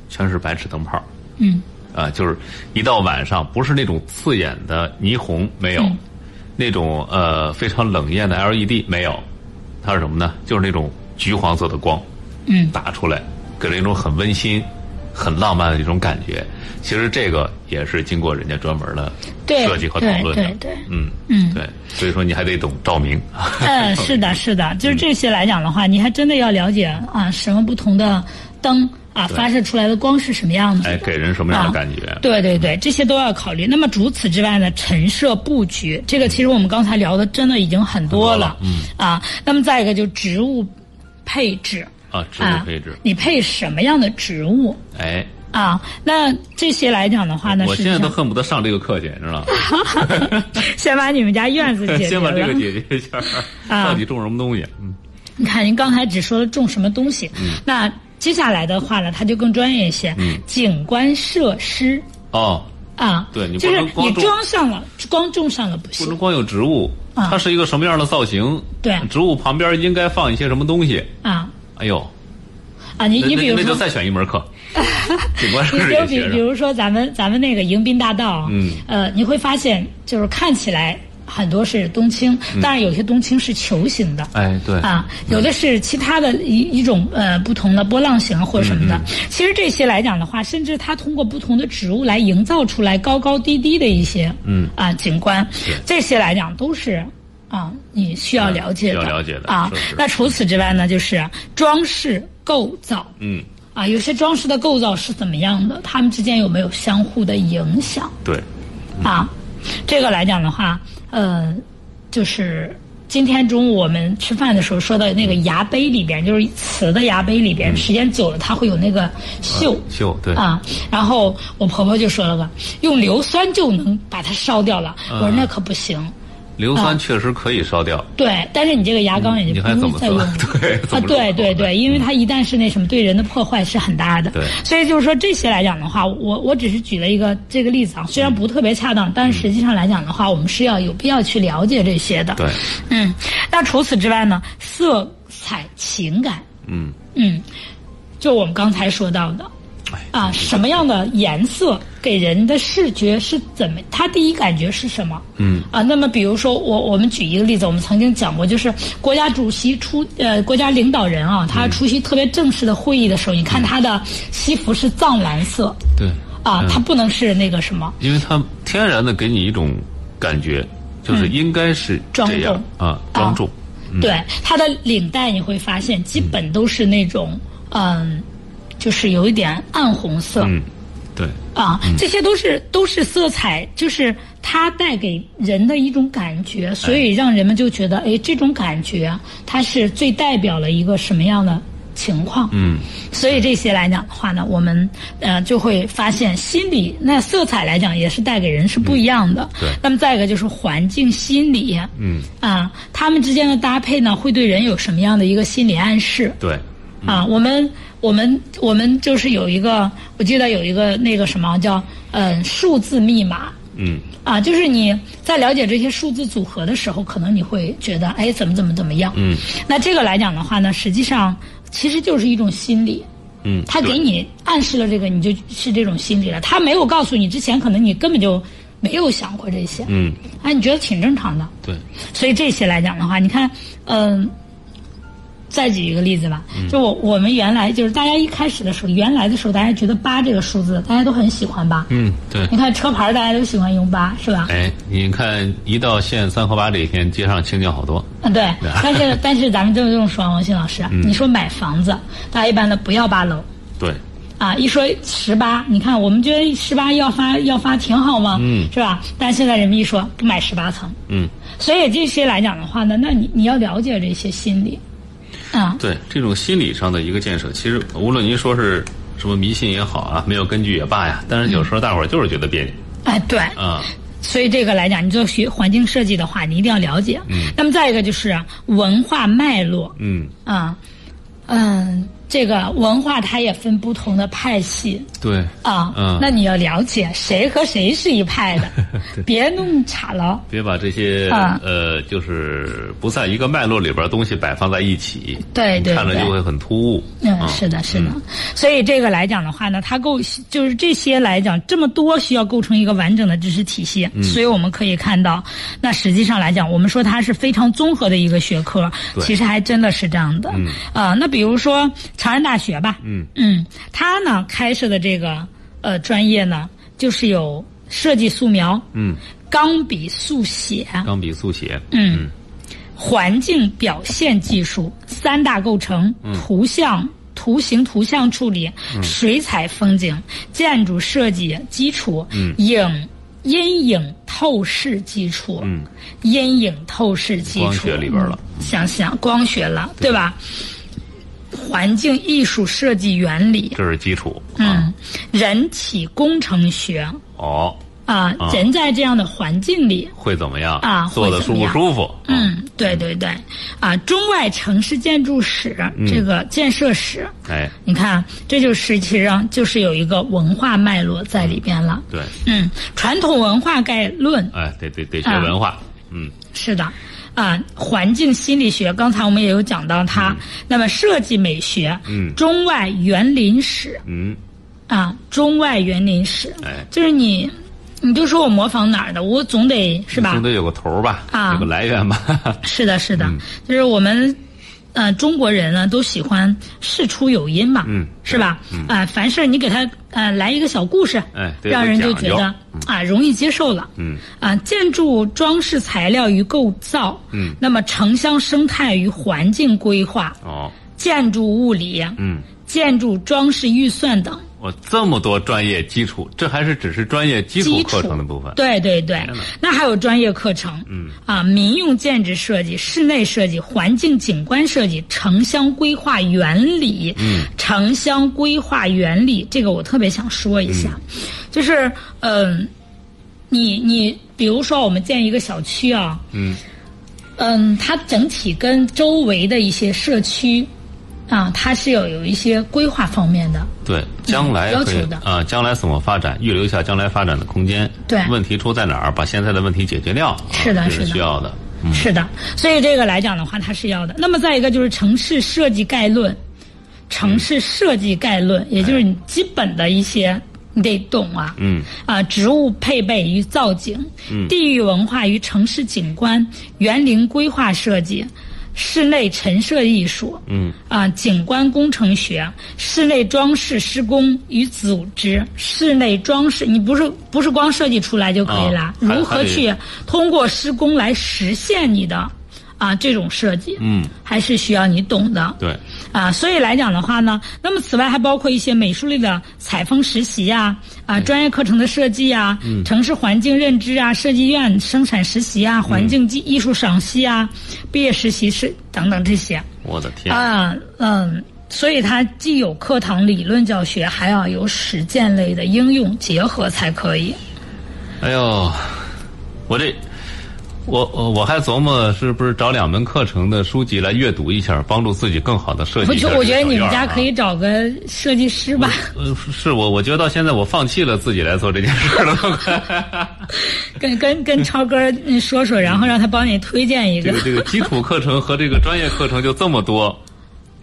全是白炽灯泡儿
嗯，
啊，就是一到晚上，不是那种刺眼的霓虹，没有，
嗯
那种呃非常冷艳的 LED 没有，它是什么呢？就是那种橘黄色的光，
嗯
打出来，给人一种很温馨、很浪漫的一种感觉。其实这个也是经过人家专门的
对
设计和讨论的，
对对对
嗯
嗯
对，所以说你还得懂照明，
嗯，是的，是的，就是这些来讲的话，你还真的要了解啊，什么不同的灯啊
对
发射出来的光是什么样子
哎，
的。
给人什么样的感觉？
啊？对对对，这些都要考虑。那么除此之外呢，陈设布局，这个其实我们刚才聊的真的已经很多了，嗯啊。那么再一个就植物配置
啊，植物配置，
啊，你配什么样的植物
哎，
啊？那这些来讲的话呢，
我
实
现
际
在
上
都恨不得上这个课去，你知道吗？
先把你们家院 子解决
先把
了。
这个解决一下，
啊
到底种什么东西？嗯，
你看，您刚才只说了种什么东西，
嗯
那接下来的话呢，它就更专业一些，景观设施。
哦，
啊，
对你
就
不
是
能光
你
种
装上了，光种上了不
不
行
能光有植物，
啊
它是一个什么样的造型？
对
植物旁边应该放一些什么东西？
啊
哎呦，
啊！你
那
你比
那
如
那就
说，
再选一门 课，景 观设
你
计
就
也
比
学
比
上。
如说咱们咱们那个迎宾大道，
嗯，
呃，你会发现就是看起来很多是冬青，当然有些冬青是球形的，
哎，对，
啊，有的是其他的一一种呃不同的波浪形或者什么的。
嗯
其实这些来讲的话，甚至它通过不同的植物来营造出来高高低低的一些
嗯
啊景观，这些来讲都是。啊，你需要了解的，
嗯需要了解的
啊
是是。
那除此之外呢，就是装饰构造，
嗯，
啊，有些装饰的构造是怎么样的，它们之间有没有相互的影响？
对，
啊，这个来讲的话，呃，就是今天中午我们吃饭的时候说到那个牙杯里边，就是瓷的牙杯里边，时间久了它会有那个锈。
秀对，
啊，然后我婆婆就说了个，用硫酸就能把它烧掉了。我说
嗯
那可不行，
硫
啊
酸确实可以烧掉，
对，但是你这个牙膏也
嗯你
就不
还
用
怎么
再
做
用了。？
对，怎么
啊，
做
对对对，，因为它一旦是那什么，对人的破坏是很大的。
对
所以就是说这些来讲的话，我我只是举了一个这个例子啊，虽然不特别恰当，但是实际上来讲的话，我们是要有必要去了解这些的。
对，
嗯，那除此之外呢，色彩情感，
嗯，
嗯，就我们刚才说到的。
哎，
啊，什么样的颜色给人的视觉是怎么？他第一感觉是什么？
嗯
啊，那么比如说我我们举一个例子，我们曾经讲过，就是国家主席出呃国家领导人啊，他出席特别正式的会议的时候，你看他的西服是藏蓝色
对，
啊，他不能是那个什么
因为它天然的给你一种感觉，
嗯
就是应该是这样啊，庄重，
对，它的领带你会发现基本都是那种嗯，就是有一点暗红色，
嗯，对，
啊，
嗯
这些都是都是色彩，就是它带给人的一种感觉，
哎
所以让人们就觉得，哎，这种感觉它是最代表了一个什么样的情况？
嗯，
所以这些来讲的话呢，我们呃就会发现心理那色彩来讲也是带给人是不一样的。
嗯对
那么再一个就是环境心理，
嗯，
啊，他们之间的搭配呢，会对人有什么样的一个心理暗示？
对，
啊，我们我们我们就是有一个，我记得有一个那个什么叫嗯数字密码
嗯，
啊，就是你在了解这些数字组合的时候，可能你会觉得哎怎么怎么怎么样，
嗯，
那这个来讲的话呢，实际上其实就是一种心理。
嗯，
他给
对
你暗示了这个，你就是这种心理了。他没有告诉你之前，可能你根本就没有想过这些。
嗯，
哎，你觉得挺正常的。
对，
所以这些来讲的话，你看，嗯、再举一个例子吧，
嗯
就我我们原来就是大家一开始的时候，原来的时候，大家觉得八这个数字，大家都很喜欢吧？
嗯，对。
你看车牌，大家都喜欢用八，是吧？
哎，你看，一到县三河八这一天，街上清静好多。
嗯，对。但是但是咱们就这么说，王鑫老师，
嗯
你说买房子，大家一般的不要八楼。
对，
啊，一说十八，你看我们觉得十八要发要发挺好嘛，
嗯
是吧？但现在人们一说不买十八层，
嗯，
所以这些来讲的话呢，那你你要了解这些心理，啊，
对，这种心理上的一个建设，其实无论您说是什么迷信也好啊，没有根据也罢呀，但是有时候大伙儿就是觉得别扭
哎，对，
啊。
所以这个来讲，你做学环境设计的话，你一定要了解。嗯，那么再一个就是文化脉络
嗯，
啊，嗯，这个文化它也分不同的派系
对，
啊，
嗯
那你要了解谁和谁是一派 的，别弄岔了。
别把这些、
啊
呃，就是不在一个脉络里边儿东西摆放在一起，
对对
看着
对
就会很突兀。
嗯，是的，是的。所以这个来讲的话呢，它构就是这些来讲，这么多需要构成一个完整的知识体系。
嗯
所以我们可以看到，那实际上来讲，我们说它是非常综合的一个学科，
对
其实还真的是这样的。嗯，啊、那比如说长安大学吧，
嗯
嗯，它呢开设的这个呃专业呢，就是有设计素描、
嗯，
钢笔速写、
钢笔速写，
嗯，环境表现技术三大构成：
嗯
图像、图形、图像处理、水彩风景、建筑设计基础、
嗯
影阴影透视基础、阴影透视基
嗯
础，
光学里边了
嗯。想想光学了，对吧？环境艺术设计原理，嗯
这是基础啊。
嗯，人体工程学，
哦，
啊、人在这样的环境里，
会怎么样
啊
做的
会怎
舒
么
不
样
舒服？
嗯，对对对，啊，中外城市建筑史、
嗯
这个建设史，
哎，
你看，这就是其实上就是有一个文化脉络在里边了。
对，
嗯，传统文化概论
哎，得得得学
啊
文化，嗯，
是的，啊、环境心理学，刚才我们也有讲到它。那么设计美学，
嗯
中外园林史
嗯，
啊，中外园林史，
哎，
就是你，你就说我模仿哪儿的，我总得是吧？
总得有个头儿吧，
啊
有个来源吧，
是的，是的，
嗯
就是我们。呃，中国人呢都喜欢事出有因嘛，
嗯
是吧？啊、凡事你给他呃来一个小故事，
哎对
让人就觉
有
得
讲
啊、容易接受了。
嗯，
啊、建筑装饰材料与构造，
嗯，
那么城乡生态与环境规划、
哦，
建筑物理、
嗯，
建筑装饰预算等
我这么多专业基础，这还是只是专业基础
基础
课程的部分，
对对对
天哪，
那还有专业课程，嗯啊，民用建筑设计、室内设计、环境景观设计、城乡规划原理，嗯，城乡规划原理这个我特别想说一下，就是嗯、你你比如说我们建一个小区啊，
嗯
嗯，它整体跟周围的一些社区啊，它是有有一些规划方面的，
对，将来
嗯要
可
求
以
的
啊，将来怎么发展，预留一下将来发展的空间。
对
问题出在哪儿？把现在的问题解决掉，啊
是的
这
是
是
的
需要的。
是的，所以这个来讲的话，它是要的。那么再一个就是城市设计概论，城市设计概论，
哎
也就是你基本的一些你得懂啊。
嗯。
啊，植物配备与造景，地域文化与城市景观，园林规划设计。室内陈设艺术，嗯，啊，景观工程学，室内装饰施工与组织，室内装饰，你不是不是光设计出来就可以啦
啊，还
如何
还得
去通过施工来实现你的啊这种设计，
嗯，
还是需要你懂的，
对，
啊，所以来讲的话呢，那么此外还包括一些美术类的采风实习呀、啊，专业课程的设计啊，
嗯
城市环境认知啊，设计院生产实习啊，环境技艺术赏析啊，毕业实习是等等这些
我的天，
啊，嗯。所以它既有课堂理论教学，还要有实践类的应用结合才可以。
哎呦，我这，我我我还琢磨是不是找两门课程的书籍来阅读一下，帮助自己更好的设计
我
一下
就
这个
我觉得你
小
们
院儿
家
啊
可以找个设计师吧，
呃，是是我，我觉得到现在我放弃了自己来做这件事儿了。嗯
跟跟跟超哥嗯说说，然后让他帮你推荐一
这
个
个。这个基础课程和这个专业课程就这么多，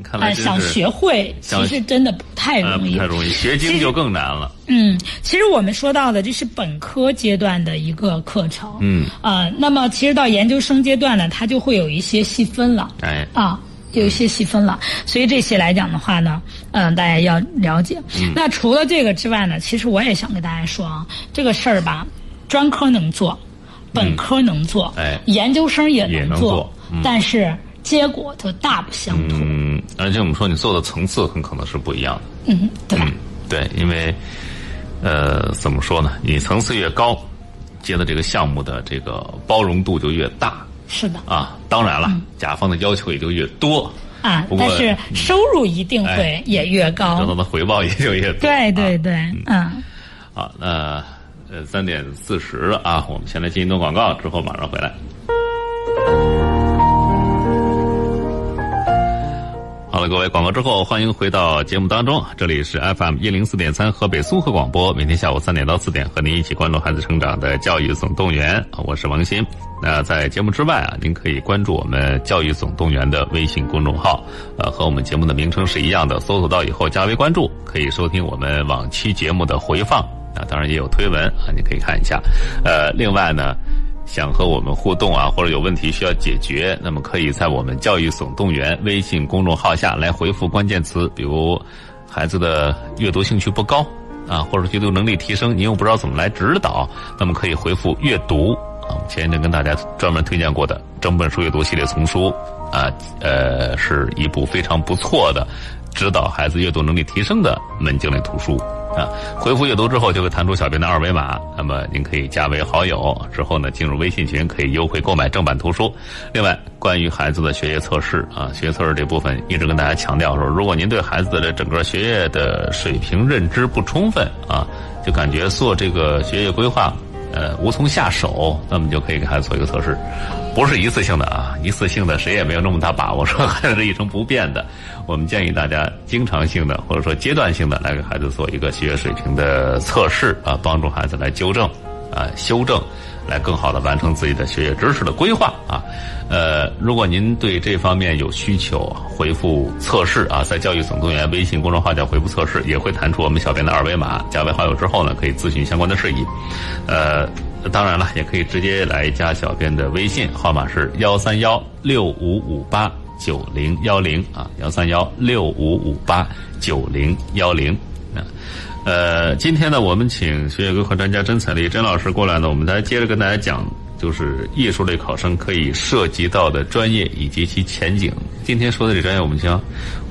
看来
呃，
真啊是
想学会
想
其实真的不太
呃
容
不
易
太。容易，学精就更难了。
嗯，其实我们说到的这是本科阶段的一个课程。
嗯，
呃，那么其实到研究生阶段呢，它就会有一些细分了。
哎，
啊，有一些细分了。所以这些来讲的话呢，嗯、大家要了解。
嗯
那除了这个之外呢，其实我也想跟大家说啊，这个事儿吧，专科能做，本科能做，
哎
研究生也
也能
做，
做
但是结果就大不相同。
嗯，而且我们说你做的层次很可能是不一样的。
嗯，对吧？
嗯，对，因为呃，怎么说呢？你层次越高，接的这个项目的这个包容度就越大
是的。
啊。当然了，甲方的要求也就越多，
啊
不，过嗯
但是收入一定会
哎
也越
得到
高。
的回报也就越多。
对对
啊
对，嗯，
好，那呃三点四十了啊，我们先来进一段广告，之后马上回来。好了，各位，广告之后欢迎回到节目当中，这里是 FM 一零四点三河北综合广播，每天下午三点到四点和您一起关注孩子成长的教育总动员，啊我是王鑫。那在节目之外啊，您可以关注我们教育总动员的微信公众号，呃，和我们节目的名称是一样的，搜索到以后加微关注，可以收听我们往期节目的回放，啊，当然也有推文啊，你可以看一下。呃，另外呢。想和我们互动啊，或者有问题需要解决，那么可以在我们“教育总动员”微信公众号下来回复关键词，比如孩子的阅读兴趣不高啊，或者阅读能力提升，您又不知道怎么来指导，那么可以回复“阅读”啊。我们前一阵跟大家专门推荐过的整本书阅读系列丛书啊，呃，是一部非常不错的指导孩子阅读能力提升的门径类图书啊。回复阅读之后，就会弹出小编的二维码，那么您可以加为好友，之后呢进入微信群，可以优惠购买正版图书。另外，关于孩子的学业测试啊，学业测试这部分一直跟大家强调说，如果您对孩子的这整个学业的水平认知不充分啊，就感觉做这个学业规划呃无从下手，那么就可以给孩子做一个测试，不是一次性的啊，一次性的谁也没有那么大把握说孩子是一成不变的。我们建议大家经常性的或者说阶段性的来给孩子做一个学业水平的测试啊，帮助孩子来纠正啊修正。来更好的完成自己的学业知识的规划啊，呃，如果您对这方面有需求，回复测试啊，在教育总动员微信公众号叫回复测试，也会弹出我们小编的二维码，加为好友之后呢，可以咨询相关的事宜。呃，当然了，也可以直接来加小编的微信，号码是幺三幺六五五八九零幺零啊，幺三幺六五五八九零幺零啊。呃，今天呢，我们请学业规划专家甄彩丽甄老师过来呢，我们再接着跟大家讲，就是艺术类考生可以涉及到的专业以及其前景。今天说的这专业，我们想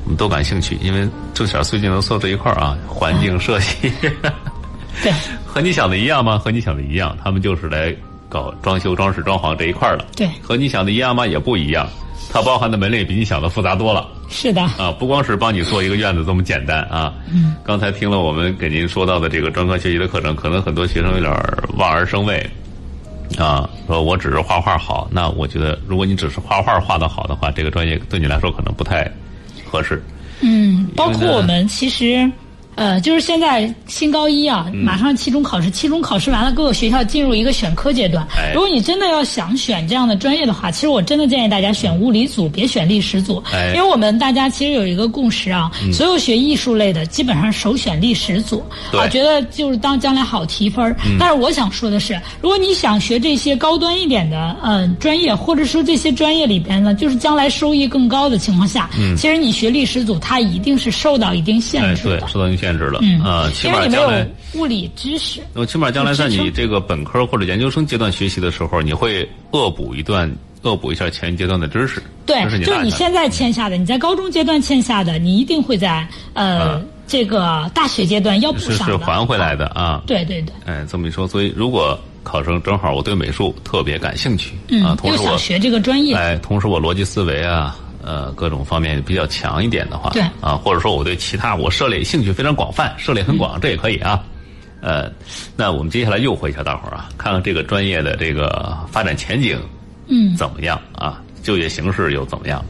我们都感兴趣，因为正巧最近能搜这一块儿啊，环境设计，
对，
和你想的一样吗？和你想的一样，他们就是来搞装修、装饰、装潢这一块儿的。
对
和你想的一样吗？也不一样，它包含的门类比你想的复杂多了。
是的，
啊，不光是帮你做一个院子这么简单啊。嗯。刚才听了我们给您说到的这个专科学习的课程，可能很多学生有点儿望而生畏，啊，说我只是画画好。那我觉得，如果你只是画画画的好的话，这个专业对你来说可能不太合适。
嗯，包
因
括
为呢
我们其实，呃，就是现在新高一啊，
嗯
马上期中考试，期中考试完了，各个学校进入一个选科阶段。
哎
如果你真的要想选这样的专业的话，其实我真的建议大家选物理组，别选历史组，
哎
因为我们大家其实有一个共识啊，所有学艺术类的基本上首选历史组，
对
啊，觉得就是当将来好提分儿。嗯但是我想说的是，如果你想学这些高端一点的呃专业，或者说这些专业里边呢，就是将来收益更高的情况下，其实你学历史组，它一定是受到一定限
哎，
制
对，
的，
受到您限制了。
嗯
啊，起
因
码
为你没
将
有
来，
物理知识。
我起码将来在
支撑
你这个本科或者研究生阶段学习的时候，你会恶补一段，恶补一下前一阶段的知识。
对
这是，你
就
大
是你
学
现在欠下的，你在高中阶段欠下的，你一定会在呃、
嗯
这个大学阶段要补
是
上
是
的。
还回来的啊。
对对对，
哎，这么一说，所以如果考生正好我对美术特别感兴趣、
嗯，
啊，同
又
时
想
我
学这个专业，
哎，同时我逻辑思维啊，呃，各种方面比较强一点的话，
对
啊，或者说我对其他我涉猎兴趣非常广泛，涉猎很
嗯
广，这也可以啊。呃，那我们接下来诱惑一下大伙儿啊，看看这个专业的这个发展前景
嗯。
怎么样啊，就业形势又怎么样？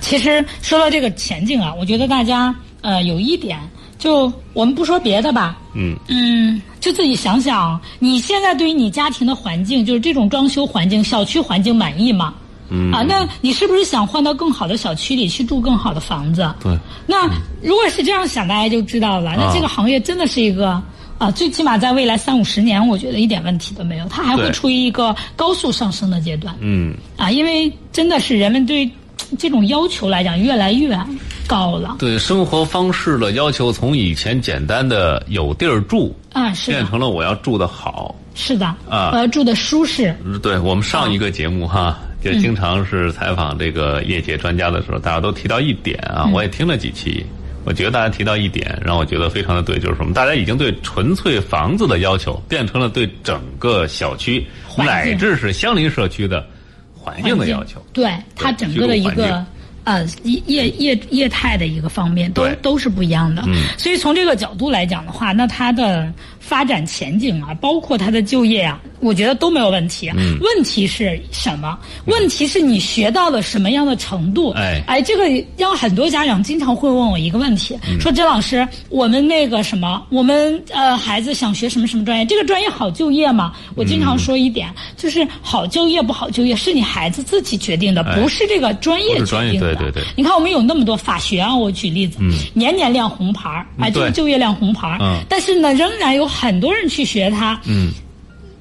其实说到这个前景啊，我觉得大家呃有一点，就我们不说别的吧，
嗯
嗯，就自己想想，你现在对于你家庭的环境，就是这种装修环境、小区环境满意吗？嗯啊，那你是不是想换到更好的小区里去住更好的房子？
对
那如果是这样想，大家就知
啊
道了。那这个行业真的是一个啊，最起码在未来三五十年，我觉得一点问题都没有，它还会
对
处于一个高速上升的阶段。
嗯，
啊，因为真的是人们对这种要求来讲越来越高了
对生活方式的要求，从以前简单的有地儿住，
啊，是
变
的，
成了我要住的好，
是的，
啊
呃，住的舒适，
嗯对我们上
嗯
一个节目哈，就经常是采访这个业界专家的时候，大家都提到一点
嗯
啊，我也听了几期，我觉得大家提到一点，让我觉得非常的对，就是什么？大家已经对纯粹房子的要求变成了对整个小区
环境
乃至是相邻社区的环境的要求。
对它整个的一
居住环
个
境
呃业业业业态的一个方面都
对嗯
都是不一样的。所以从这个角度来讲的话，那它的发展前景啊，包括它的就业啊，我觉得都没有问题。啊
嗯
问题是什么？问题是你学到了什么样的程度？
哎
哎，这个让很多家长经常会问我一个问题，
嗯
说甄老师，我们那个什么，我们呃孩子想学什么什么专业，这个专业好就业吗？我经
嗯
常说一点，就是好就业不好就业是你孩子自己决定的，不是这个专业
哎不是专
决
业
定的。
对对对嗯
你看我们有那么多法学啊，我举例子，年年亮红牌儿，哎，这
对
是就业亮红牌儿，
嗯
但是呢，仍然有很多人去学它，
嗯，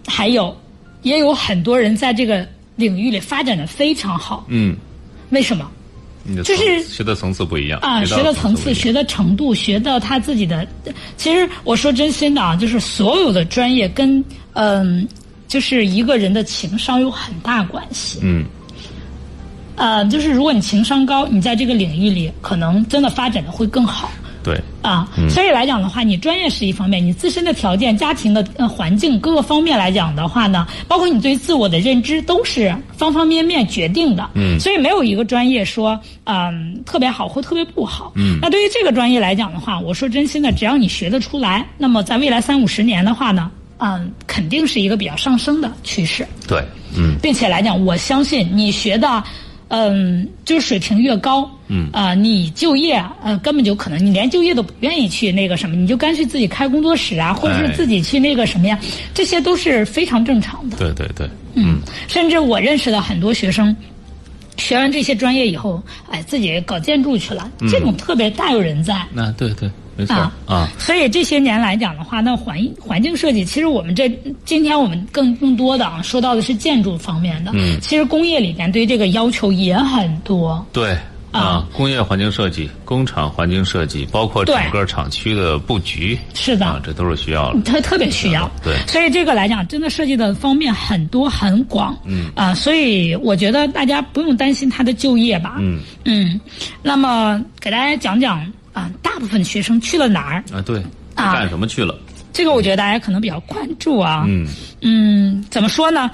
还有也有很多人在这个领域里发展的非常好，
嗯，
为什么？
你的
就
层
是
学的层次不一样
啊，学
的
的层
不
次、
一样
学的程度、学到他自己的，其实我说真心的啊，就是所有的专业跟嗯、就是一个人的情商有很大关系。
嗯，
呃，就是如果你情商高，你在这个领域里可能真的发展的会更好。
对。
啊，所以来讲的话，你专业是一方面，你自身的条件、家庭的呃环境各个方面来讲的话呢，包括你对自我的认知，都是方方面面决定的。嗯，所以没有一个专业说嗯、特别好或特别不好。嗯，那对于这个专业来讲的话，我说真心的，只要你学得出来，那么在未来三五十年的话呢，嗯，肯定是一个比较上升的趋势，
对，嗯，
并且来讲，我相信你学的，嗯，就是水平越高，嗯，啊、你就业，呃，根本就可能你连就业都不愿意去那个什么，你就干脆自己开工作室啊，或者
哎
是自己去那个什么呀，这些都是非常正常的。
对对对，嗯，
甚至我认识的很多学生，学完这些专业以后，哎，自己搞建筑去了，这种特别大有人在。
那对对，没错
啊
啊，
所以这些年来讲的话，那环环境设计，其实我们这今天我们更更多的啊说到的是建筑方面的，
嗯
其实工业里面对这个要求也很多。
对啊，工业环境设计、工厂环境设计，包括整
对
个厂区的布局，
是的
啊，这都是需要的。
特特别需要，
对
所以这个来讲，真的设计的方面很多很广，嗯啊、所以我觉得大家不用担心他的就业吧，
嗯
嗯，那么给大家讲讲啊、大部分学生去了哪儿？
啊，对，
啊
干什么去了？
这个我觉得大家可能比较关注啊，
嗯，
嗯，怎么说呢？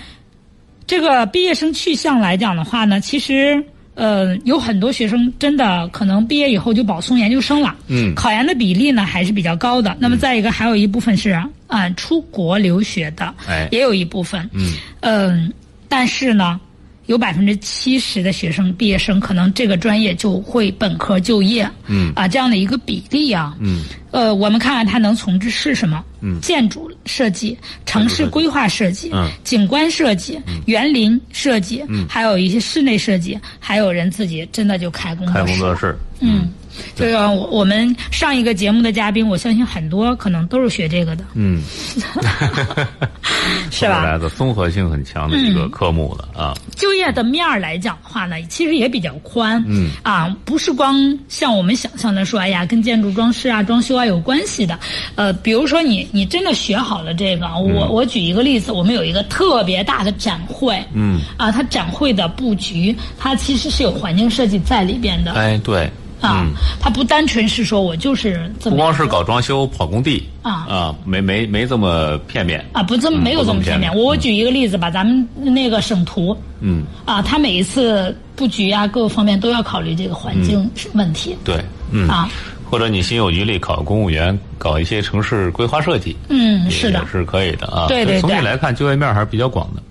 这个毕业生去向来讲的话呢，其实呃，有很多学生真的可能毕业以后就保送研究生了。
嗯
考研的比例呢还是比较高的。那么再一个，还有一部分是啊、呃出国留学的，
哎
也有一部分。
嗯
嗯、但是呢，有百分之七十的学生毕业生可能这个专业就会本科就业。
嗯
啊，这样的一个比例啊。
嗯
呃，我们看看他能从事是什么？
嗯
建筑设计、城市规划设计、
嗯
景观设计、园林设计，还有一些室内设计，还有人自己真的就开工作室。
开工作室，
嗯，这个我我们上一个节目的嘉宾，我相信很多可能都是学这个的，
嗯，
是
后
吧？嗯
来的综合性很强的一个科目了啊。
就业的面儿来讲的话呢，其实也比较宽，
嗯
啊，不是光像我们想象的说，哎呀，跟建筑装饰啊、装修啊有关系的。呃，比如说你你真的学好了这个，
嗯
我我举一个例子，我们有一个特别大的展会，
嗯，
啊，它展会的布局，它其实是有环境设计在里边的。
哎，对，
啊，它不单纯是说我就是这
不
么
光是搞装修、跑工地
啊
没没没这么片面。
啊，不这么
嗯
没有
不
这
这么
么片
片
面。
面
我我举一个例子吧，咱们那个省图，
嗯，
啊，它每一次布局啊，各个方面都要考虑这个环境问题。
对，嗯，
啊，
或者你心有余力考公务员，搞一些城市规划设计，
嗯，
也
是的
也，是可以的啊。
对对
所以从
对
这来看，就业面还是比较广的。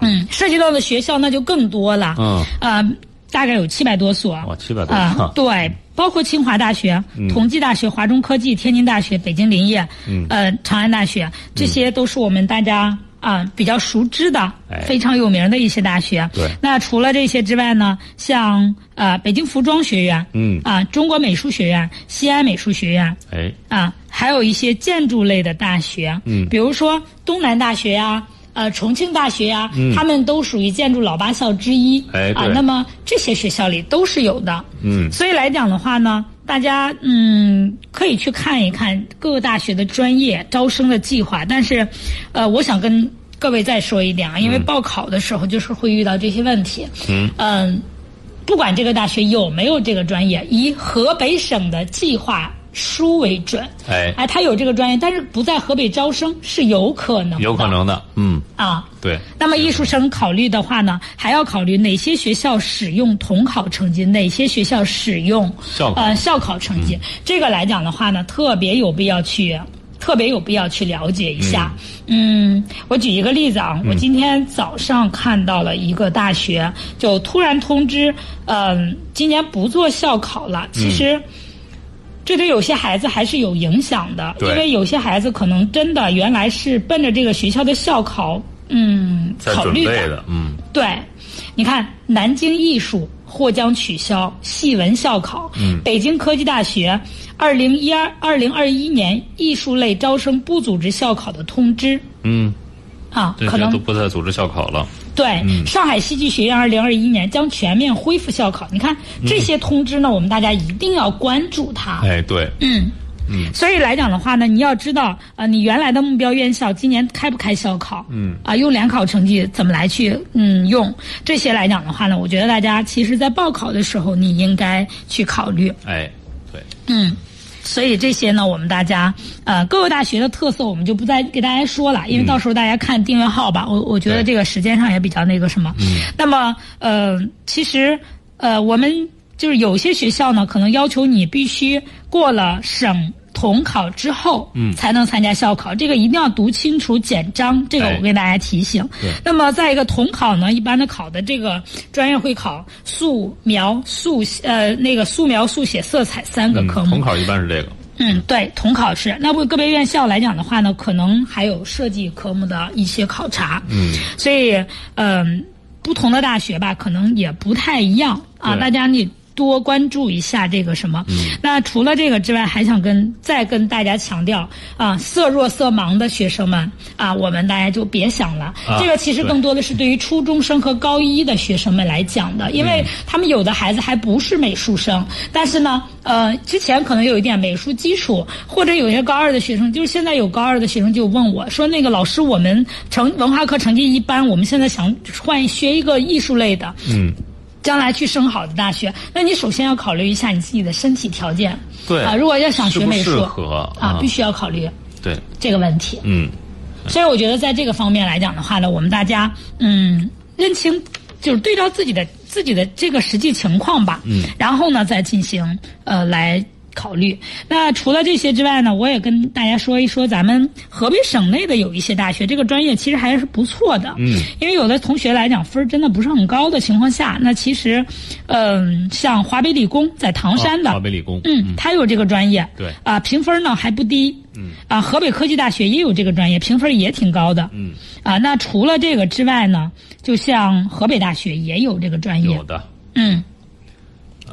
嗯，涉及到的学校那就更多了。
嗯，
啊，大概有七百多所。
哇700多所 嗯
啊，对，包括清华大学、同济大学、华中科技、天津大学、北京林业，嗯，呃，长安大学，这些都是我们大家。啊，比较熟知的
嗯哎，
非常有名的一些大学。
对
那除了这些之外呢，像呃北京服装学院，
嗯
啊中国美术学院、西安美术学院，
哎，
啊，还有一些建筑类的大学，啊
嗯
比如说东南大学呀、呃，重庆大学呀、
嗯
他们都属于建筑老八校之一。
哎
啊
对，
那么这些学校里都是有的。
嗯
所以来讲的话呢，大家嗯可以去看一看各个大学的专业招生的计划，但是，呃，我想跟各位再说一点啊，因为报考的时候就是会遇到这些问题。
嗯
嗯，不管这个大学有没有这个专业，以河北省的计划书为准。
哎
哎，他有这个专业，但是不在河北招生是有可能的，
有可能的，嗯，
啊。
对，
那么艺术生考虑的话呢，还要考虑哪些学校使用统考成绩，哪些学校使用
校考嗯
呃校考成绩。这个来讲的话呢，特别有必要去。特别有必要去了解一下。嗯我举一个例子啊，
嗯
我今天早上看到了一个大学，就突然通知，嗯、今年不做校考了。其实，这对有些孩子还是有影响的，因
对
为有些孩子可能真的原来是奔着这个学校的校考，嗯，
在
考
准
虑
备
的。
的，嗯，
对，你看，南京艺术或将取消戏文校考，
嗯
北京科技大学二零一二二零二一年艺术类招生不组织校考的通知
嗯，
啊，
这
可
些
能
都嗯不再组织校考了，
对，上海戏剧学院二零二一年将全面恢复校考。你看这
嗯
些通知呢，我们大家一定要关注它。
哎，对，
嗯，嗯，所以来讲的话呢，你要知道，呃，你原来的目标院校今年开不开校考？嗯，啊、用联考成绩怎么来去嗯用这些来讲的话呢，我觉得大家其实在报考的时候，你应该去考虑。
哎，对，
嗯，所以这些呢，我们大家呃各个大学的特色，我们就不再给大家说了，因为到时候大家看订阅号吧。我我觉得
对
这个时间上也比较那个什么。那么呃，其实呃我们就是有些学校呢，可能要求你必须过了省。统考之后，嗯，才能参加校考。这个一定要读清楚简章，这个
哎
我给大家提醒。
对
那么再一个统考呢，一般的考的这个专业会考素描、速呃那个素描、速写、色彩三个
嗯，
科目。
统考一般是这个。
嗯，对，统考试。那不个别院校来讲的话呢，可能还有设计科目的一些考察。嗯，所以嗯、不同的大学吧，可能也不太一样啊。
对嗯
大家你多关注一下这个什么。那除了这个之外，还想跟再跟大家强调啊，色弱色盲的学生们啊，我们大家就别想了。
啊
这个其实
对
更多的是对于初中生和高一的学生们来讲的，因
嗯
为他们有的孩子还不是美术生，但是呢，呃，之前可能有一点美术基础，或者有些高二的学生，就是现在有高二的学生就问我说，那个老师，我们成文化课成绩一般，我们现在想换学一个艺术类的，
嗯，
将来去升好的大学，那你首先要考虑一下你自己的身体条件，
对
啊，如果要想
适
学
不
美术
适合
啊
啊，
必须要考虑
对，
这个问题，
嗯，
所以我觉得在这个方面来讲的话呢，我们大家嗯认清，就是对照自己的自己的这个实际情况吧，嗯，然后呢再进行呃来。考虑。那除了这些之外呢，我也跟大家说一说咱们河北省内的有一些大学，这个专业其实还是不错的。嗯，因为有的同学来讲分儿真的不是很高的情况下，那其实，嗯、像华北理工在唐山的，
啊华北理工，
嗯，它有这个专业，
对
啊，评分呢还不低，嗯，啊，河北科技大学也有这个专业，评分也挺高的，嗯，啊，那除了这个之外呢，就像河北大学也有这个专业
有，的，
嗯。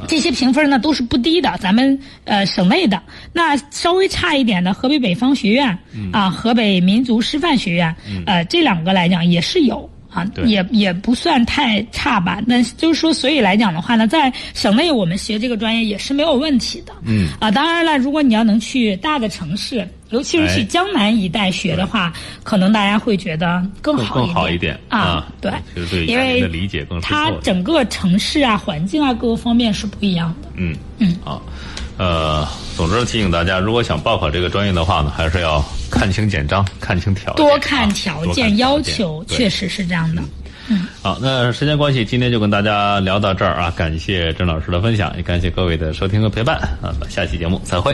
这些评分呢都是不低的，咱们呃省内的。那稍微差一点的，河北北方学院、
嗯
啊，河北民族师范学院，呃，这两个来讲也是有啊，
对
也也不算太差吧。那就是说，所以来讲的话呢，在省内我们学这个专业也是没有问题的。嗯啊，当然了，如果你要能去大的城市，尤其是
哎
去江南一带学的话，可能大家会觉得更
更
好
更好一点
啊，对，
就是对
因
家庭
为
的理解更是
它
错的
整个城市啊、环境啊各个方面是不一样的。
嗯嗯，好，呃，总之提醒大家，如果想报考这个专业的话呢，还是要看清简章，看清条件，
多看
啊
条
多
件
看
要
条
求，
对
确实是这样的。
好，那时间关系，今天就跟大家聊到这儿啊！感谢郑老师的分享，也感谢各位的收听和陪伴啊！下期节目再会。